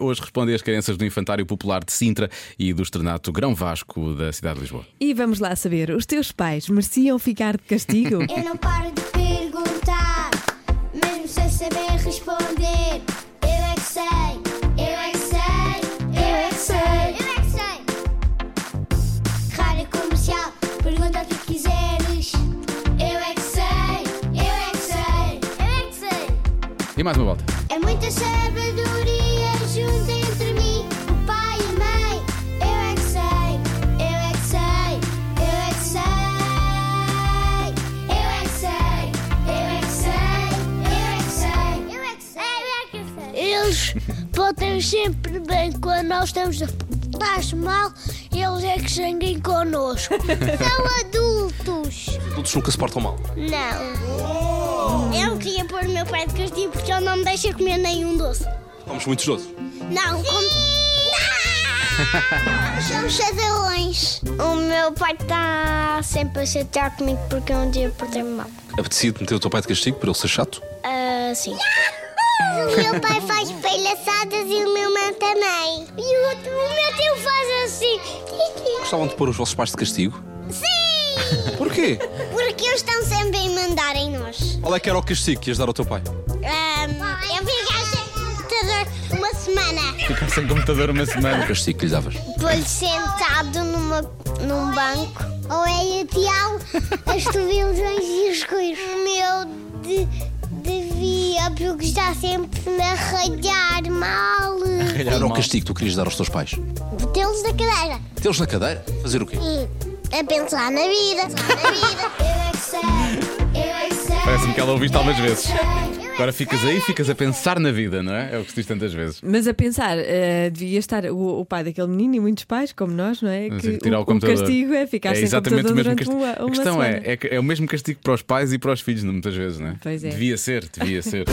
Hoje respondem as crianças do Infantário Popular de Sintra e do Externato Grão Vasco da cidade de Lisboa. E vamos lá saber, os teus pais mereciam ficar de castigo? Eu não paro de perguntar, mesmo sem saber responder. Eu é que sei, eu é que sei, eu é que sei, eu é que sei. Rádio comercial, pergunta o que quiseres. Eu é eu é que sei, eu é que sei. E mais uma volta. É muita sabedoria junto entre mim, o pai e a mãe. Eu é que sei, eu é que sei, eu é que sei. Eu é que sei, eu é que sei, eu é que sei. Eu é que sei, eu é que sei. Eles votam sempre bem quando nós estamos a faz mal, eles é que sanguem connosco. São adultos. Adultos nunca se portam mal. Não. Eu queria pôr o meu pai de castigo porque ele não me deixa comer nenhum doce. Somos muitos doces. Não, como... Somos chavalões. O meu pai está sempre a chatear comigo porque um dia portei-me mal. Apetecido meter o teu pai de castigo por ele ser chato? Ah, sim. O meu pai faz palhaçadas e o meu mãe também. E o, outro- o meu tio faz assim. Gostavam de pôr os vossos pais de castigo? Sim! Porquê? Porque eles estão sempre a mandar em nós. Ah, Qual é que era o castigo que ias dar ao teu pai? eu fiquei sem computador uma semana. Ficar sem computador uma O semana. castigo que lhe davas? Pôr sentado numa, num banco. Ou é atirar as televisões e os coisas. O meu de, devia, porque está sempre me arranhar mal. Calhar era o castigo que tu querias dar aos teus pais? Botê-los na cadeira. Tê-los na cadeira? Fazer o quê? E a pensar na vida. na vida. Eu é que sei, eu é que sei. Parece-me que ela ouviu isto algumas vezes. Eu é que sei. Agora ficas aí, ficas a pensar na vida, não é? É o que se diz tantas vezes. Mas a pensar, eh, devia estar o, o pai daquele menino e muitos pais, como nós, não é? Mas Que Assim, tirar o, o computador. castigo é ficar É sem exatamente computador o mesmo durante castigo. uma, uma a questão semana. é, é, que é o mesmo castigo para os pais e para os filhos, não, muitas vezes, não é? Pois é. Devia ser, devia ser.